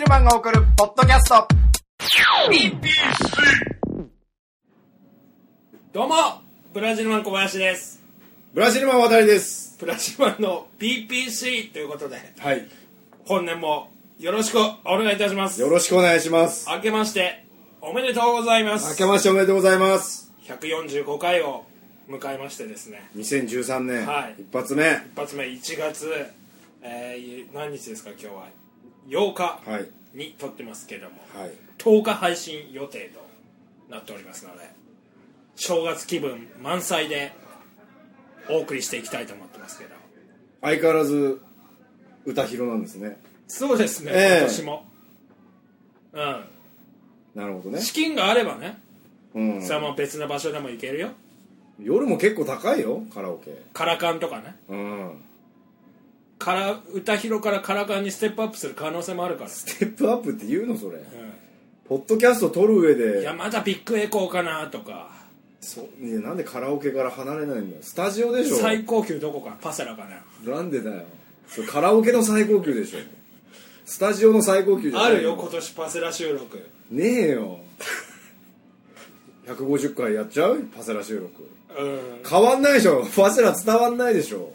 ルマンが送るポッドキャストどうもブラジルマン小林ですブラジルマン渡りです。ブラジルマンの PPC ということではい。本年もよろしくお願いいたしますよろしくお願いします。明けましておめでとうございま明すけましておめでとうございます。 145回を迎えましてですね2013年、はい一発目。は一発目1月、えー何日ですか今日は8日い。はい。に撮ってますけども、10日配信予定となっておりますので正月気分満載でお送りしていきたいと思ってますけど相変わらず、歌広なんですね。そうですね、ええ今年もうなるほどねん。資金があればね、うん。それはもう別の場所でも行けるよ夜も結構高いよ、カラオケ。カラカンとかねうん。カラ歌広からカラカンにステップアップする可能性もあるから、ステップアップって言うの、それ。うポッドキャスト撮る上ん、いやで、まだビッグエコーかなとかそいやなんでカラオケから離れないんだよ。スタジオでしょ。最高級どこかパセラかななんでだよ。それカラオケの最高級でしょ。スタジオの最高級じゃなあいるよ今年パセラ収録ねえよ150回やっちゃうパセラ収録うん変わんないでしょパセラ伝わんないでしょ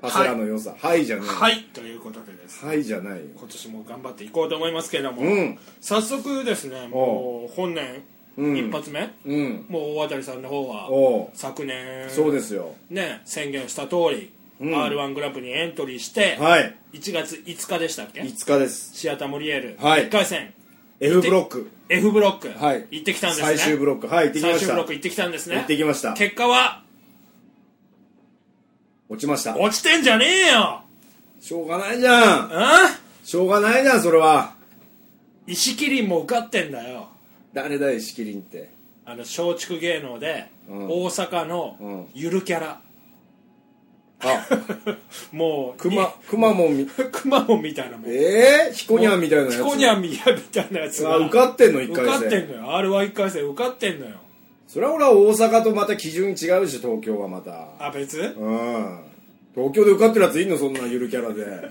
パセラの良さはい、じゃない、はいいということでですはいじゃないよ今年も頑張っていこうと思いますけれども、うん早速ですねもう本年うん一発目、うんもう大渡さんの方はおう昨年そうですよね、宣言した通り、うん r 1グランプリにエントリーして、はい1月5日でしたっけ5日ですシアターモリエール、はい1回戦 F ブロック F ブロック、はい行ってきたんですね最終ブロックはい行ってきま最し終たブロック行ってきたんですね行ってきました結果は落ちました落ちてんじゃねえよしょうがないじゃんうしょうがないじゃんそれはん石キリンも受かってんだよ誰だよ石キリンってあの松竹芸能で、うん大阪のゆるキャラ、 あもう くまくまもんみくまモンみたいなもんえー、ヒコニャンみたいなやつヒコニャンみたいなやつがあ受かってんの一回戦受かってんのよ r 1 1回戦受かってんのよそれは俺は大阪とまた基準違うし東京はまたあ別、うん東京で受かってるやついんのそんなゆるキャラで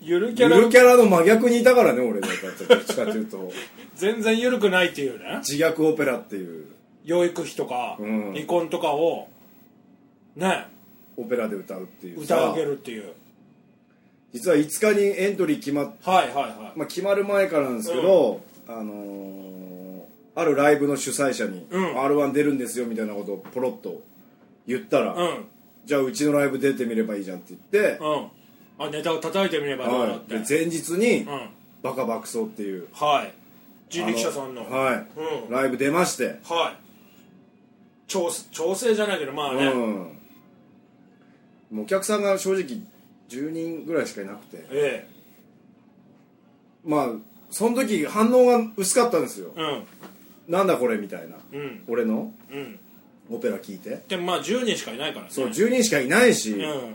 ゆるキゆャラるキャラの真逆にいたからね俺ねだってどっちかっていうと全然緩くないっていうね自虐オペラっていう養育費とか、うん離婚とかをねオペラで歌うっていう歌い上げさるっていう実は5日にエントリー決まっ、はいはいはいまあ、決まる前からなんですけど、あのーあるライブの主催者に「うん r 1出るんですよ」みたいなことをポロッと言ったら「うじゃあうちのライブ出てみればいいじゃん」って言って、んうんあネタを叩いてみればどうだはっい、て、で前日にうん「バカ爆走」っていうはい人力車さんのあはい、うんライブ出まして、はい調整調整じゃないけどまあね、うんもうお客さんが正直10人ぐらいしかいなくてえまあその時反応が薄かったんですよえうんなんだこれみたいな、うん俺のうんオペラ聞いてでもまあ10人しかいないからねそう10人しかいないし、うん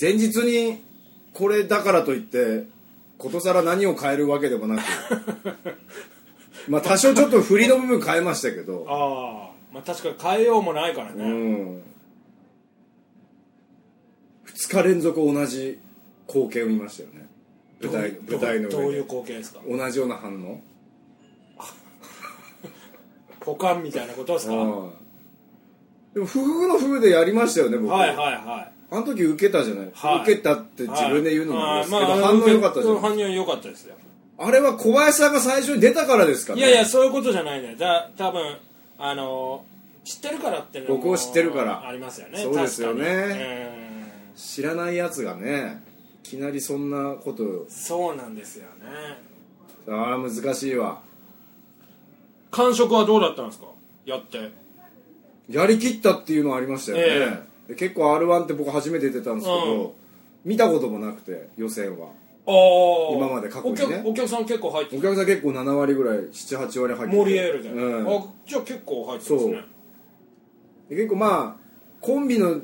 前日にこれだからといってことさら何を変えるわけで もなくまあ多少ちょっと振りの部分変えましたけどああまあ確かに変えようもないからうね、ん2日連続同じ光景を見ましたよね舞台どう舞台のどうい上うで光景ですか同じような反応保管みたいなことですか、うんでも不服の風でやりましたよね僕、はいはいはいあの時受けたじゃない、はい受けたって自分で言うのもあれですけど、はいはいまあ反応良かったじゃうんない反応良かったですよあれは小林さんが最初に出たからですから、いね、やいやそういうことじゃないねだ多分あの知ってるからってのも僕を知ってるからありますよねそうですよね確かにうん知らないやつがねいきなりそんなことそうなんですよねああ難しいわ感触はどうだったんですかやってやりきったっていうのはありましたよね、えで結構 r 1って僕初めて出てたんですけど、見たこともなくて予選はああ今まで過去にねお客お客さん結構入っておる客さん結構7割ぐらい78割入っててモリエールで、うんあじゃあ結構入ってますねで結構まあコンビの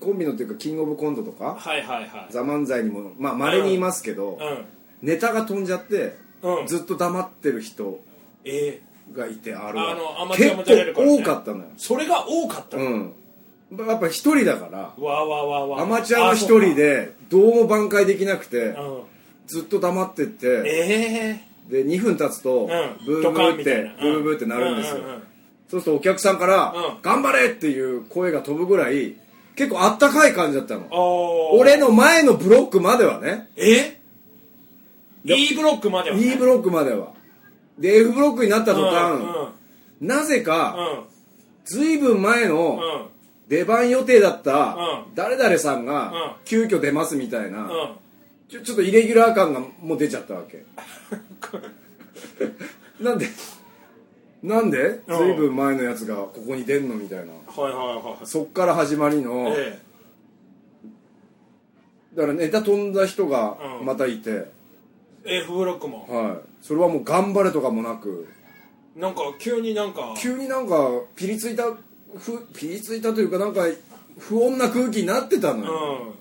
コンビのっていうかキングオブコントとかはいはいはい「ザ漫才にもまあ稀にいますけど、うネタが飛んじゃって、んうんずっと黙ってる人ええがいて r あのア1マチュアも出れる結からね構多かったのよ、それが多かった、うんやっぱ一人だからわあわあわあわあアマチュアの一人でどうも挽回できなくてあそうかずっと黙ってっうんてえで2分経つとえうんブードブカーンっみたいてなブーブーってなるんですうよううそうするとお客さんからうん「頑張れ!」っていう声が飛ぶぐらい結構あったかい感じだったのおー俺の前のブロックまではねえ E ブロックまではね E ブロックまではで F ブロックになった途うんうん端なぜうんか随分前のうん出番予定だったうん誰々さんうんが急遽出ますみたいなうんちょちょっとイレギュラー感がもう出ちゃったわ けなんでなんでうん随分前のやつがここに出んのみたいなはいはいそっから始まりの、はいえだからネタ飛んだ人がうんまたいて、え F ブロックもはいそれはもう頑張れとかもなくなんか急になんか急になんかピリついたふピリついたというかなんか不穏な空気になってたのうんよ、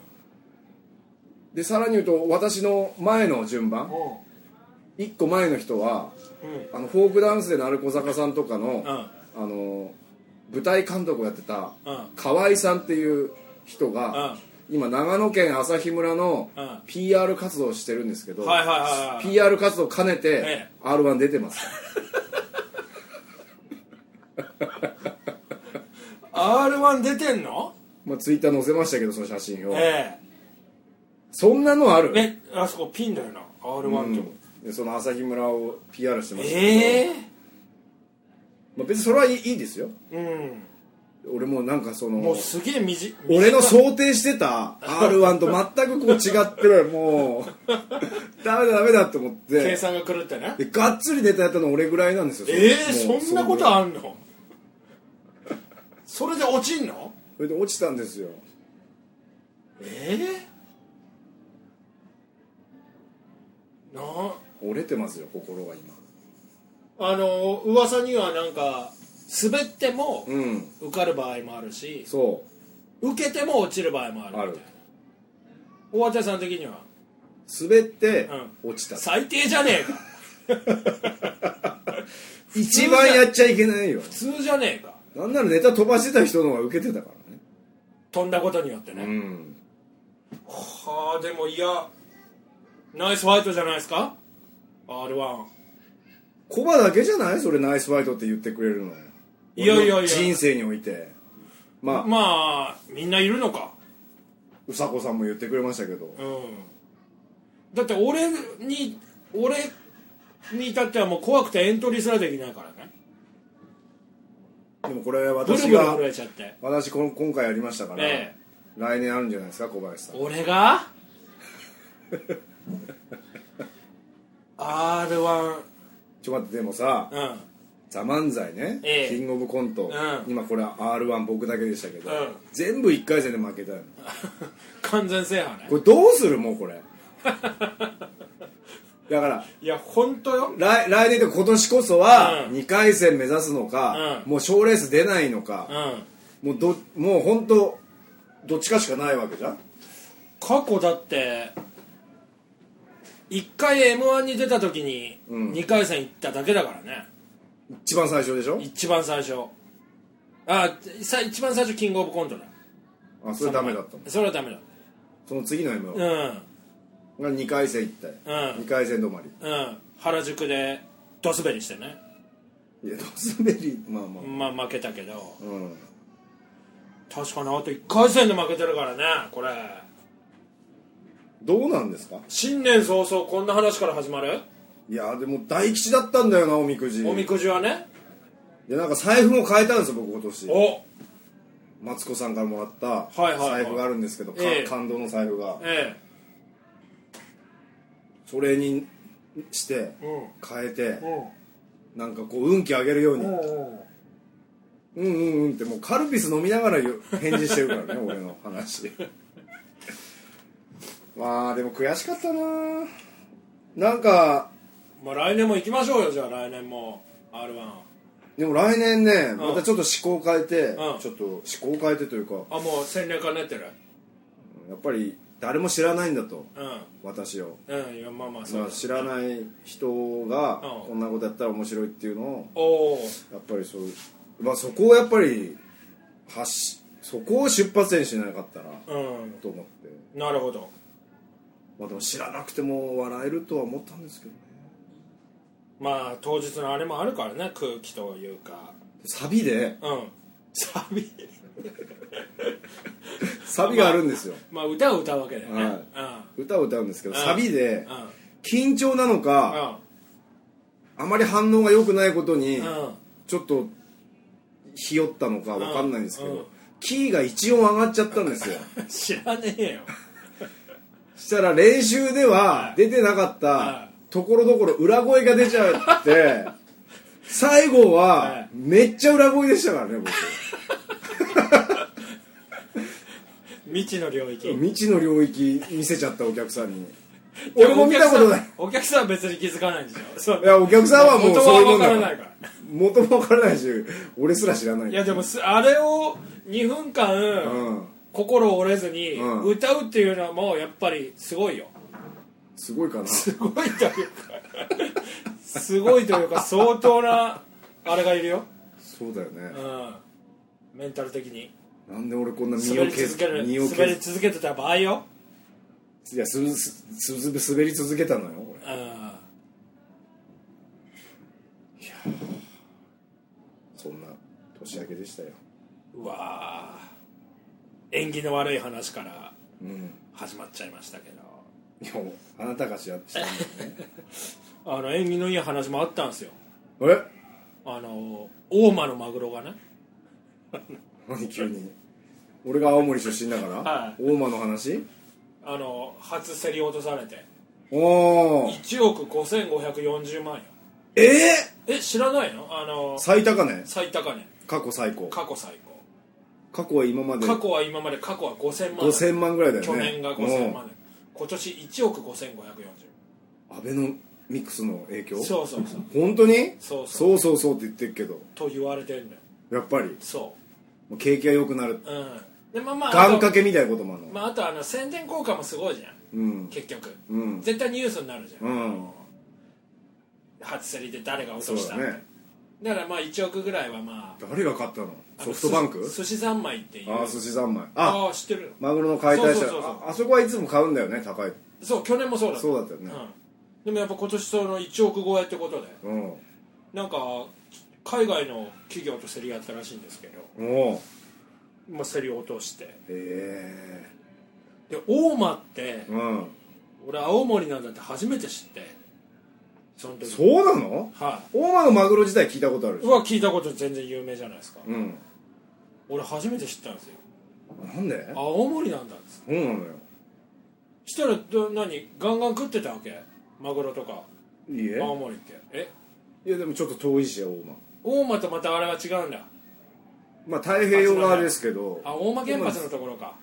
でさらに言うと私の前の順番1個前の人はうんあのフォークダンスで鳴子坂さんとかの、うんあの舞台監督をやってたうん河合さんっていう人が、今長野県朝日村のうん PR 活動をしてるんですけど、はいはいはいはい PR 活動兼ねて、え r 1出てます r 1出てんのまあツイッター載せましたけどその写真を、えそんなのあるえねあそこピンだよな r う1ってんでその朝日村を PR してましたけど、ええまあ、別にそれはいいいいですようん俺もなんかそのもうすげえみじ俺の想定してた r 1と全くこう違っても うダメだダメだって思っ計て算が狂ってねでがっつりネタやったの俺ぐらいなんですよええもうそんなことあんのそれで落ちんのそれで落ちたんですよええな折れてますよ心が今ああの噂にはなんか滑ってもうん受かる場合もあるし、そ受けても落ちる場合もあるみたいなあるおばちゃんさん的にはう滑って落ちた、最低じゃねえか 一番やっちゃいけないよ普通じゃねえかなんならネタ飛ばしてた人の方が受けてたか飛んだことによってね、らねうんはあでもいやナイスファイトじゃないですか R1 コバだけじゃないそれナイスファイトって言ってくれるのいやいやいや俺の人生においてまあ、まあみんないるのかうさこさんも言ってくれましたけどうんだって俺に俺に至ってはもう怖くてエントリーすらできないからねでもこれブル私ブルが震えちゃって私この今回やりましたから、え来年あるんじゃないですか小林さん俺が R1 ちょっと待ってでもさうんうん「ザ漫才ね、ええキングオブコント、うん今これ r 1僕だけでしたけど、うん全部1回戦で負けたよ完全制覇ねこれどうするもうこ れだからいや本当よ来来年というか今年こそはうん2回戦目指すのか、うんもう賞ーレース出ないのうか、んもうどもう本当どっちかしかないわけじゃん過去だって1回 m 1に出た時にうん2回戦行っただけだからね、一番最初でしょ一番最初あさ一番最初キングオブコントだあそれダメだったのそれはダメだその次の M は、うんが2回戦行ったよ、うん2回戦止まりうん原宿でドスベリしてねいやドスベリまあまあまあ負けたけどうん確かにあと1回戦で負けてるからねこれどうなんですか新年早々こんな話から始まる、いやでも大吉だったんだよなおみくじおみくじはねでなんか財布も変えたんですよ僕今年おマツコさんからもらったいはいはい財布があるんですけど、かええ感動の財布がえそれにしてえうん変えてうんなんかこう運気上げるようにうんうんうんうんってもうカルピス飲みながらよ返事してる からね俺の話まあでも悔しかったななんかまあ来年も行きましょうよじゃあ来年も r 1でも来年ねまたちょっと思考変えて、うんちょっと思考変えてというかあもう戦略は練ってるやっぱり誰も知らないんだとうん私を、うんいやまあまあそうまだあ、知らない人がうんこんなことやったら面白いっていうのをおおやっぱりそう、まあ、そこをやっぱり発しそこを出発点にしなかったらうんと思ってなるほどまあでも知らなくても笑えるとは思ったんですけどねまあ当日のあれもあるからね空気というかサビでうん サビサビがあるんですよまあ歌を歌うわけだよね、はい歌を歌うんですけどうんサビでうんうん緊張なのかあまり反応が良くないことにうんうんちょっとひよったのかわかんないんですけうんうんどキーが一音上がっちゃったんですよ知らねえよしたら練習では出てなかっはたところどころ裏声が出ちゃって 最後ははいめっちゃ裏声でしたからね僕未知の領域未知の領域見せちゃったお客さん に俺も見たことないお客さんお客さんは別に気づかないんでしょそういやお客さんはもう元そうはいう分もんかだらかならいから元も分からないし俺すら知らないいやでもすあれを2分間、うん心折れずにうん歌うっていうのはもうやっぱりすごいよすご いかなすごいというかすごいというか相当なあれがいるよ、そうだよねうん、メンタル的になんで俺こんな身滑をり続け削る身を滑り削続けてた場合よ、いやすすす滑り続けたのよ俺うん、あそんな年明けでしたようわー縁起の悪い話からうん始まっちゃいましたけどいやあなたがしやってたんだよねあの縁起のいい話もあったんですよあれあの大間のマグロがね何急に俺が青森出身だから、はい大間の話あの初競り落とされておお1億5540万円えええ知らないのあの最高値最高値過去最高過去最高過去は今まで過去は今まで過去は5000万円5000万ぐらいだ去よね年が5000万円今年1億5540うんアベノミクスの影響そうそうそう本当にそうそそうそうそうって言ってるけどと言われてるのよやっぱりそもう景気が良くなるううんでまあまあ願掛あけみたいなこともあると,、の、まあ、あとあの宣伝効果もすごいじゃんうん結局、うん絶対ニュースになるじゃん、うん初競りで誰が落そとうしだたのねだからまあ1億ぐらいはま誰が買ったのあソフトバンクす寿司三昧っていうああ寿司三昧あああ知ってるマグロの解体そ者うそうそうそうああそこはいつも買うんだよね高いそう去年もそうだったそうだったよねうん、でもやっぱ今年その1億超えってことでうんなんか海外の企業と競り合ったらしいんですけど、おおまあ、競り落としてへで大間ってえうん俺青森なんだって初めて知ってその時そうなのは大間のマグロ自体聞いたことあるい、うわ聞いたこと全然有名じゃないですか、うん俺初めて知ったんですよなんであ青森なんだっつってそうなのよしたらど何ガンガン食ってたわけマグロとかいいえ青森ってえいやでもちょっと遠いし大間大間とまたあれは違うんだまあ太平洋側ですけどあ大間原発のところか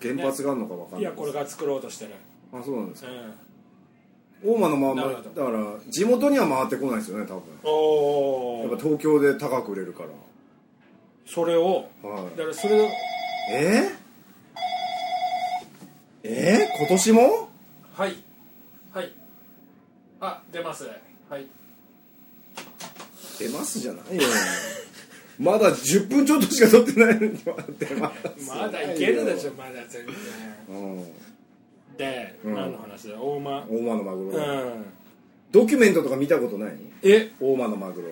原発があるのかわかんないいやこれが作ろうとしてるあそうなんですうかん大間のまんまなるだほどから地元には回ってこないですよね多分おやっぱお東京で高く売れるからそれをはいだからそれをえー、えー、今年もはいはいあ出ますはい出ますじゃないよまだ10分ちょっとしか撮ってないのにまだ出ますまだいけるでしょょ、まだ全然うん、で、うん何の話だ大間大間のマグうロ、んドキュメントとか見たことないえ大間のマグ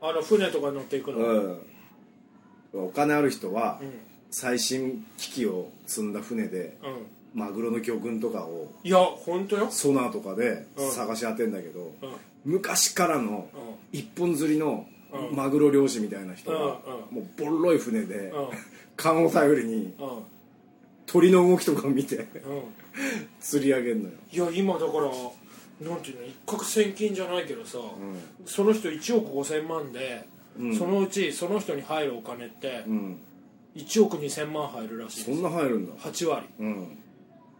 あの船とか乗っていくのロの、うん、お金ある人はうん最新機器を積んだ船でうんマグロの魚群とかをいや本当よソナーとかでうん探し当てんだけど、うん昔からのうん一本釣りのうんマグロ漁師みたいな人がうもうボロい船でうん勘を頼りにうん鳥の動きとかを見てうん釣り上げるのよいや今だからなんていうの一攫千金じゃないけどさ、んその人1億5000万で、うんそのうちその人に入るお金ってうん1億2000万入るらしいそですんな入るんだ8割うん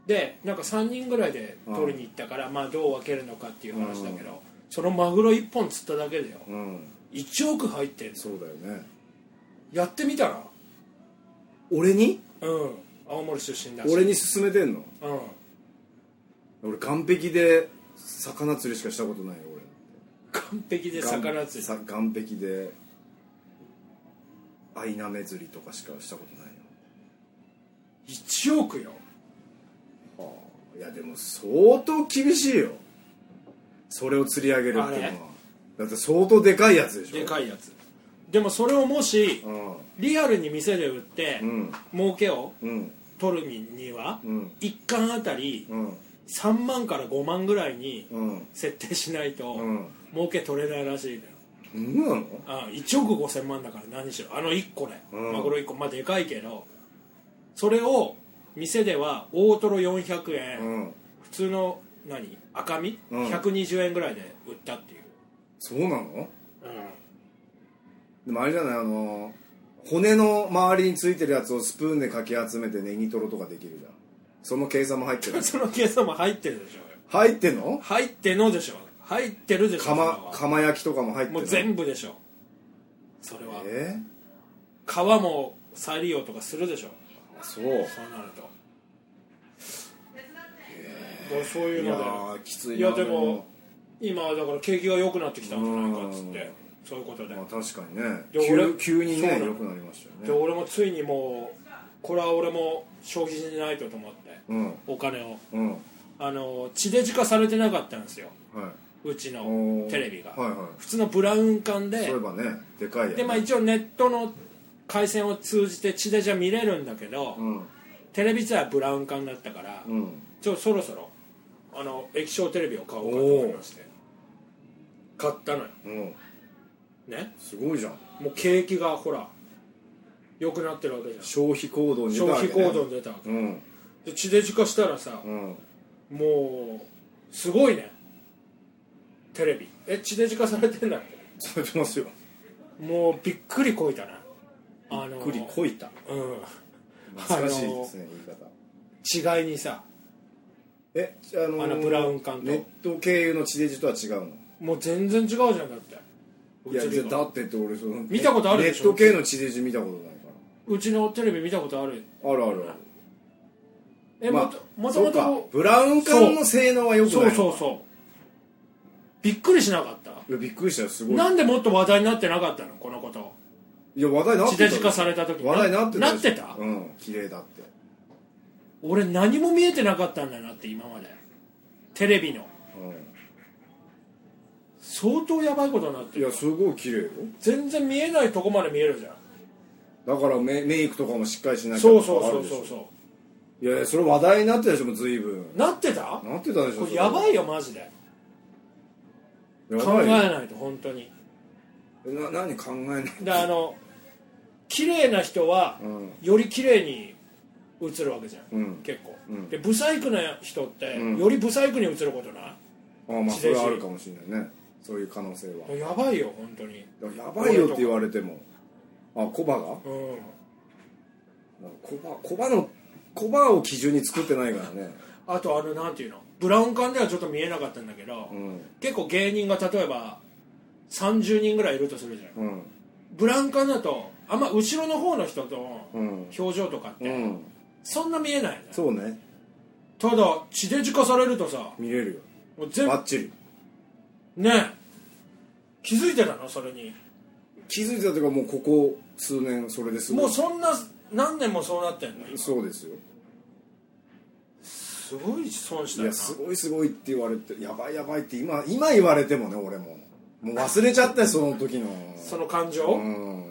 でなんか3人ぐらいで取りに行ったから、まあどう分けるのかっていう話だけど、そのマグロ1本釣っただけでようん1億入ってんのそうだよねやってみたら俺にうん青森出身だし俺に勧めてんのうん俺岸壁で魚釣りしかしたことないよ俺完璧で魚釣りさ岸壁でアイナメ釣りとかしかしたことないよ1億よいやでも相当厳しいよそれを釣り上げるっていうのあはれだって相当でかいやつでしょでかいやつでもそれをもしうんリアルに店で売って、うん儲けをうん取るには、うん一貫あたりうん3万から5万ぐらいにうん設定しないと、うん儲け取れないらしいのようんなのあ1億5000万だから何しろあの1個ね、うんマグロ1個まあでかいけどそれを店では大トロ400円、うん普通の何赤身、うん120円ぐらいで売ったっていう、そうなのでもあれじゃないあの骨の周りについてるやつをスプーンでかき集めてネギトロとかできるじゃんその計算も入ってるその計算も入ってるでしょうよ入ってんの入ってのでしょ入ってるでしょ釜それは釜焼きとかも入ってるもう全部でしょそれはえ皮も再利用とかするでしょーあそうそうなるとだからそういういやのーきつでいいなやでも今だから景気が良くなってきたんじゃないかっつっうてんそういうことでまあ確かにねで俺急急にそうなねの良くなりましたでよね俺もついにもうこれは俺も消費しないとと思ってうんお金をうんあの地デジ化されてなかったんですよはうちいおのーテレビがはいはい普通のブラウン管でそういえばねでかいやつでまあ、一応ネットの回線を通じて地デジは見れるんだけど、うんテレビ自体はブラウン管だったから、うんちょそろそろあの液晶テレビを買おうかと思いまして買ったのようんねすごいじゃんもう景気がほら良くなってるわけじゃん消費行動に出た消わけ費ね行動に出たわけ、うんで地デジ化したらさ、うんもうすごいねテレビえ地デジ化されてんだっけされてますよもうびっくりこいたなあのくりこいたうん懐かしいですね言い方違いにさえじゃああのーあのブラウン管とネット経由の地デジとは違うのもう全然違うじゃんだっていやうちのだってって俺その見たことあるでしょネット系の地デジ見たことないうちのテレビ見たことあるからあるあるあるえまあもともともとそうかブラウン管の性能はよくそなういそうそうびっくりしなかったいやびっくりしたよすごいなんでもっと話題になってなかったのこのこといや話題になって地たデジ化された時に話題になってたなでっしょてたうん綺麗だって俺何も見えてなかったんだなって今までテレビのう相当やばいことになってんいるやすごい綺麗よ全然見えないとこまで見えるじゃんだからメメイクとかもしっかりしなきゃそうそうそうとかあそるうでしょそいやいやそれ話題になってたでしょもう随分うなってたなってたでしょこれそれやばいよマジでや考ばえいよないと本当にえな何考えないであの綺麗な人はうんより綺麗に映るわけじゃん、うん結構、うんでブサイクな人って、うんよりブサイクに映ることな あまあ地そデジれはあるかもしれないねそういう可能性はいやばいよ本当にやばいよって言われてもあコバがうんコバコバのコバを基準に作ってないからねあとあのなんていうのブラウン管ではちょっと見えなかったんだけど、うん結構芸人が例えば30人ぐらいいるとするじゃんうんブラウン管だとあんま後ろの方の人とうん表情とかっうて、んそんな見えないよねそうねただ地デジ化されるとさ見れるもう全よ部バッチリねえ気づいてたのそれに気づいてたというかもうここ数年それですもうそんな何年もそうなってんの今そうですよすごい損しいたよやなすごいすごいって言われてやばいやばいって今今言われてもね俺ももう忘れちゃったよその時のその感情、うん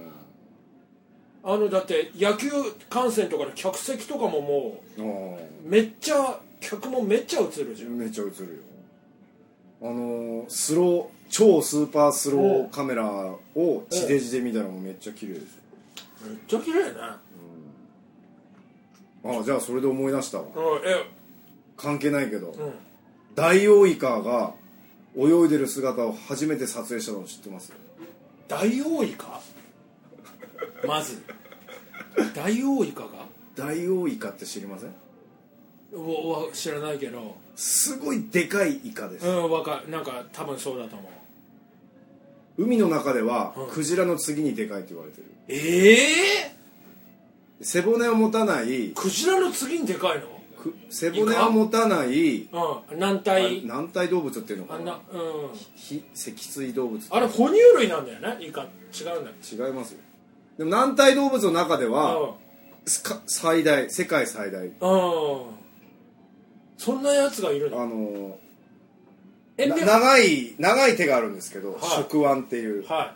あのだって野球観戦とかで客席とかももあーうめっちゃ客もめっちゃ映るじゃんめっちゃ映るよあのースロー超スーパースローカメラを地デジで見たらもうめっちゃ綺麗ですめっちゃ綺麗ねよあじゃあそれで思い出したわうんえ関係ないけど、うんダイオウイカが泳いでる姿を初めて撮影したの知ってますダイオウイカ まずダイオウイカがダイオウイカって知りませんおお知らないけどすごいでかいイカです、うんわかなんか多分そうだと思う海の中では、うんクジラの次にでかいって言われてるええ背骨を持たないクジラの次にでかいのく背骨を持たないうん軟あ体軟体動物っていうのあかんななうん非脊椎動物あれ哺乳類なんだよねイカ違うんだっ違いますよけでも軟体動物の中であはすか最大世界最大あーそんなやつがいるあののえなでも長い長い手があるんですけど、い触腕っていうは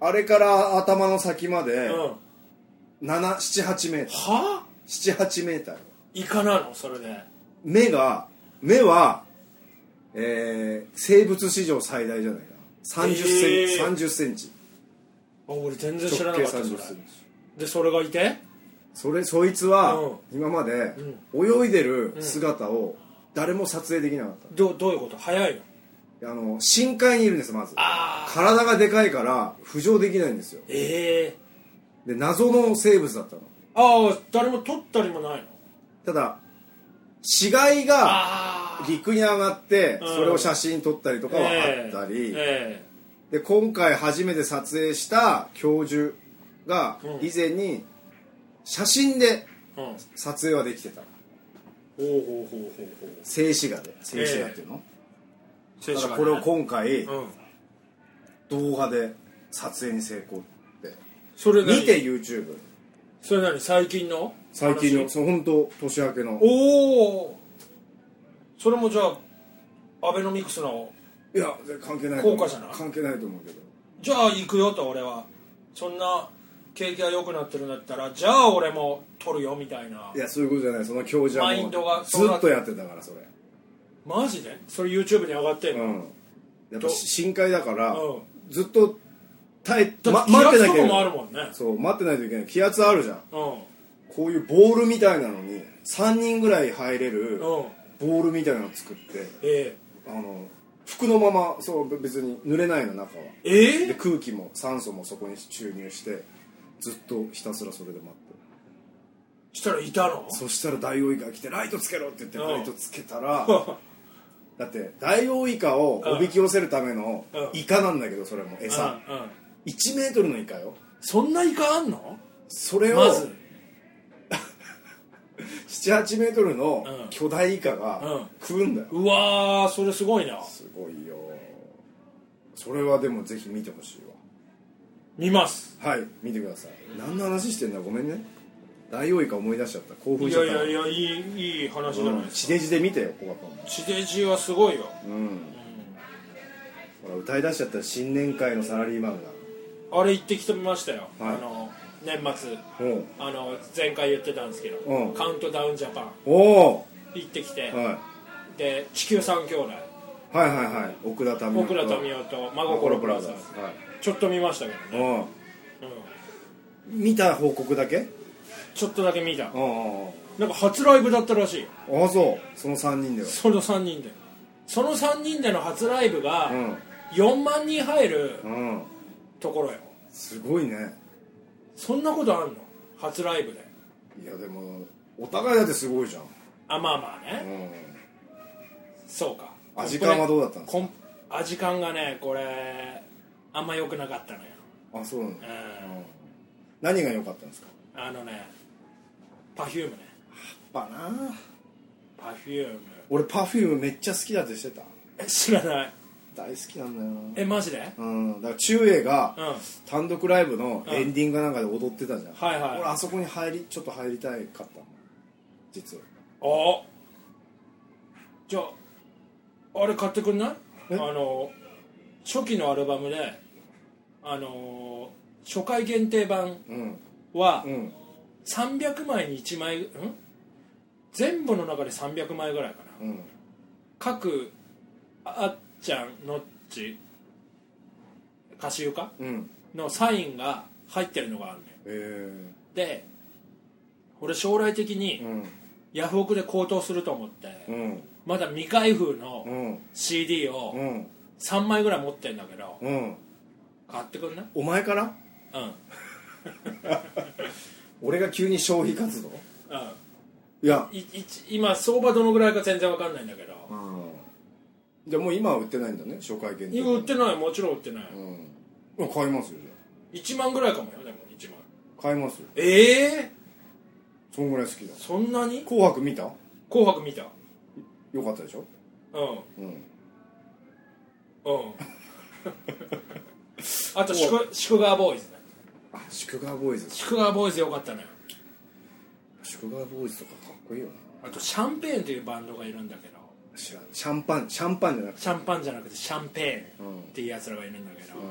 あれから頭の先まい、でうん、は778メーターあ78メーターイカなのそれで目が目は、えー生物史上最大じゃないな30センチ、えー30センチあ俺全然知ら直な径かったそれ30センチでそれがいてそれそいつはうん今まで泳いでる姿を誰も撮影できなかった、どどういうこと早いのあの深海にいるんですまずああ体がでかいから浮上できないんですよええで謎の生物だったのああ誰も取ったりもないのただ死骸がああ陸に上がってうんそれを写真撮ったりとかはあったり、えで今回初めて撮影した教授がうん以前に写真でえうん撮影はできてたほうほうほうほうほう静止画で静止画っていうの、選ただこれを今回、うん動画で撮影に成功ってそれ何見て YouTube それ何最近の最近の話そう本当年明けのおおそれもじゃあアベノミクスのいや関係ないと思う効果じゃない関係ないと思うけどじゃあ行くよと俺はそんな景気が良くなってるんだったらじゃあ俺も取るよみたいないやそういうことじゃないその教授マインドはもがうずそうなっとやってたからそれマジでそれ YouTube に上がってんうのんやっぱ深海だからうんずっと耐え、だっまて気待って圧となきゃかいけもあなるいもんねそう待ってないといけない気圧あるじゃんうこういうボールみたいなのに3人ぐらい入れんうるんボールみたいなの作ってえあの服のままそう別に濡れないの中はええでえ空気も酸素もそこに注入してずっとひたすらそれで待ってしたらいたのそしたらダイオウイカが来て「ライトつけろ」って言ってうんライトつけ たらだってダイオウイカをおびき寄せるためのうんイカなんだけどそれも餌うんうん1メートルのイカよそんなイカあんのそれをまず78メートルのうん巨大イカが食うんだようわーそれすごいなすごいよそれはでもぜひ見てほしいわ見ますはい見てください何の話してんだごめんねダイオウイカ思い出しちゃった興奮いしちゃやっいたやいやいいいい話じゃないうんで地すかデジで見てよ小パンも地デジはすごいようんほら歌い出しちゃったら新年会のサラリーマンがあれ行ってきてみましたよ、はいあの年末おうあの前回言ってたんですけど、うんカウントダウンジャパンお行ってきて、う、はで地球三兄弟い、はいはいはい奥田民僕ら生と美生桜と真心ブラザーズはいちょっと見ましたけどね、おううん見た報告だけちょっとだけ見たああなんか初ライブだったらしいよああそうその3人ではその3人でその3人での初ライブがうん4万人入るうんところよすごいねそんなことあんの初ライブでいやでもお互いだってすごいじゃんあまあまあね、うんそうか味感はどうだったんですかコン味感がねこれあんま良くなかったのよあそうなんだうん何が良かったんですかあのねパフュームねやっぱなパフューム俺パフュームめっちゃ好きだってしてたえ知らない大好きなんだよなえマジでうん、だから中英がうん単独ライブのエンディングなんかで踊ってたじゃん、はいはい俺あそこに入りちょっと入りたいかったの実はあじゃああれ買ってくんないあえの初期のアルバムであの初回限定版うんはうん300枚に1枚ん全部の中で300枚ぐらいかなうん各あっちゃんのっち歌手かうんのサインが入ってるのがあるのよえで俺将来的えにうんヤフオクで高騰すると思って、うんまだ未開封のうん CD うをん3枚ぐらい持ってんだけどうん買ってくんないお前からうんうん俺が急に消費活動いやいいち今相場どのぐらいか全然わかんないんだけどうんじゃあもう今は売ってないんだね初回限定今売ってないもちろん売ってないうんいや買いますよじゃ1万ぐらいかもよでも1万あ買いますよええそんぐらい好きだー、そんなに紅白見たよ「紅白」見たかったでしょうんうんうんあとシュクシュガーボーイズねあ祝賀ボーイズシュクガーボーイズよかったのよ祝賀ボーイズとかかっこいいよなあとシャンペーンというバンドがいるんだけど知らんシャンパンシャンパンじゃなくてシャンパンじゃなくてシャンペーうんンっていうやつらがいるんだけど、うん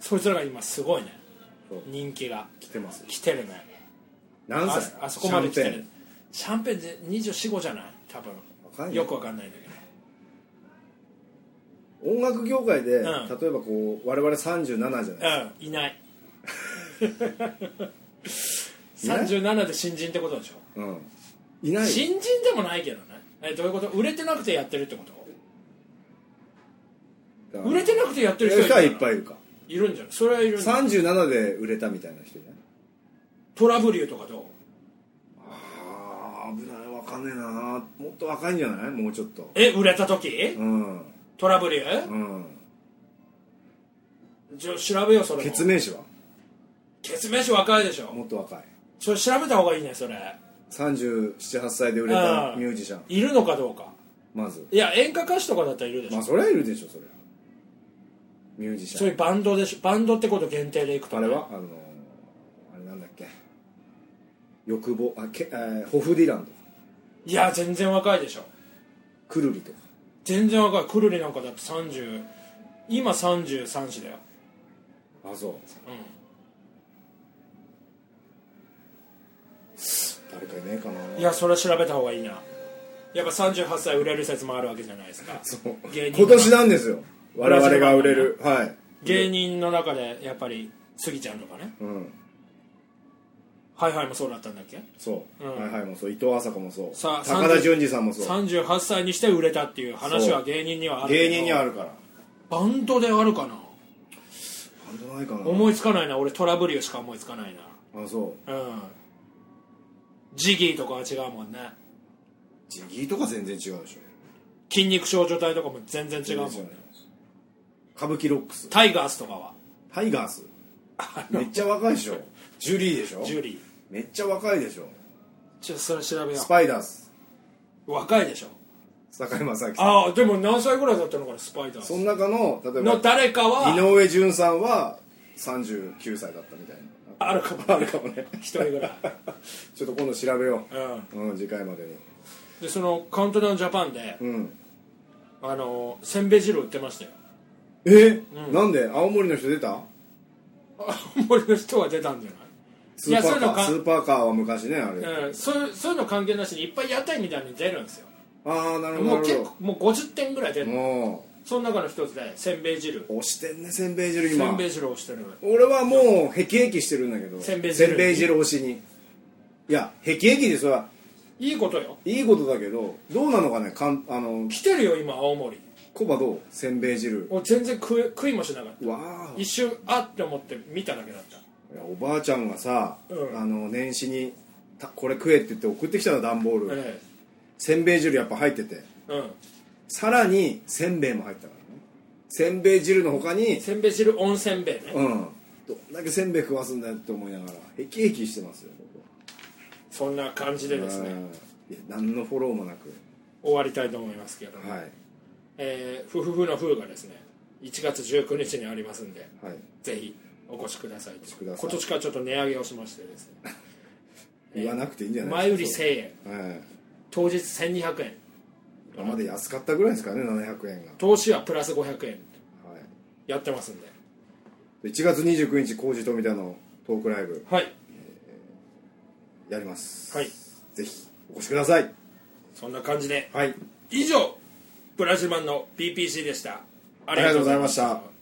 そいつらが今すごいねそう人気が来てます来てるね何あ歳あそこまで来てシャンるシャンペーペンで245じゃない多分かんないよくわかんないんだけどン音楽業界で、ん例えばこう我々37じゃないですかうんい ない37で新人ってことでしょうんいない新人でもないけどねえどういうこと売れてなくてやってるってことだから売れてなくてやってる人人はいるいっぱいいるかいるんじゃないそれはいるんじゃない37で売れたみたいな人じゃないトラブリューとかどうあー危ないわかんねえなもっと若いんじゃないもうちょっとえ売れた時うんトラブリューうんじゃ調べようそれも決明詞は決明書若いでしょもっと若いそれ調べた方がいいねそれ378歳で売れたうんミュージシャンいるのかどうかまずいや演歌歌手とかだったらいるでしょ、まあそれはいるでしょそれはミュージシそういャンうバンドでしょバンドってこと限定でいくとあねれはあのーあれなんだっけ欲望あけ、えーホフディランとかいや全然若いでしょクルリとか全然若いくるりなんかだって30今33歳だよあそうう誰かいねえかなんいやそれ調べた方がいいなやっぱ38歳売れる説もあるわけじゃないですかそう芸人今年なんですよ我々が売れるはい芸人の中でやっぱりスギちゃんとかねうんハイハイもそうだったんだっけそう、うんはいはいもそう伊藤麻子もそうさ高あ田純次さんもそう38歳にして売れたっていう話そはう芸人にはあるけ芸ど人にはあるからバンドであるかなあんとないかな思いつかないな俺トラブリューしか思いつかないあそうなうんジギーとかは違うもんねジギーとか全然違うでしょ筋肉少女隊とかも全然違うもんね歌舞伎ロックスタイガースとかはタイガースめっちゃ若いでしょジュリーでしょジュリーめっちゃ若いでしょちょっとそれ調べよスパイダースう若いでしょ坂井正明さんああでも何歳ぐらいだったのかなスパイダーそスの中の例えのば誰か井は上順さんは39歳だったみたいなあるかもあるかもね一人ぐらいちょっと今度調べようんう、うん、次回までにでそのカウントダウンジャパンで、うんあのせんべい汁売ってましたよえ、なんで青森の人出た青森の人は出たんじゃないスーパそういーうカのーかスーパーカーは昔ねあれ、うん、そういうそういうの関係なしにいっぱい屋台みたいに出るんですよああなるもうほどなる結ほ構もう50点ぐらい出どるもその中の一つでせんべい汁う押してんねせんべい汁今せんべい汁をしてる俺はもうへきへきしてるんだけどせんべい汁せんべい汁推しにいやへきへきでそれはいいことよいいことだけどどうなのかねかんあの来てるよ今青森コバどうせんべい汁俺全然食え食いもしなかったわあ一瞬あって思って見ただけだったいやおばあちゃんがさ、うんあの年始にたこれ食えって言って送ってきたの段ボール、えせんべい汁やっぱ入っててえうんさらにせんべいも入ったからねせんべい汁の他にせんべい汁温せんべいねうんどんだけせんべい食わすんだよって思いながらへきへきしてますよ僕はそんな感じでですねうんいや何のフォローもなく終わりたいと思いますけど、はいえー、ふふふのふがですね1月19日にありますんではいぜひお越しくださいしください今年からちょっと値上げをしましてですね言わなくていいんじゃない前売りですか1000円え当日1200円え今まで安かったぐらいですからね700円が、投資はプラス500円はい、やってますんでで1月29日工事富田のトークライブはいやりますはいぜひお越しくださいそんな感じではい以上ブラジルマンの BPC でしたあありがとうございました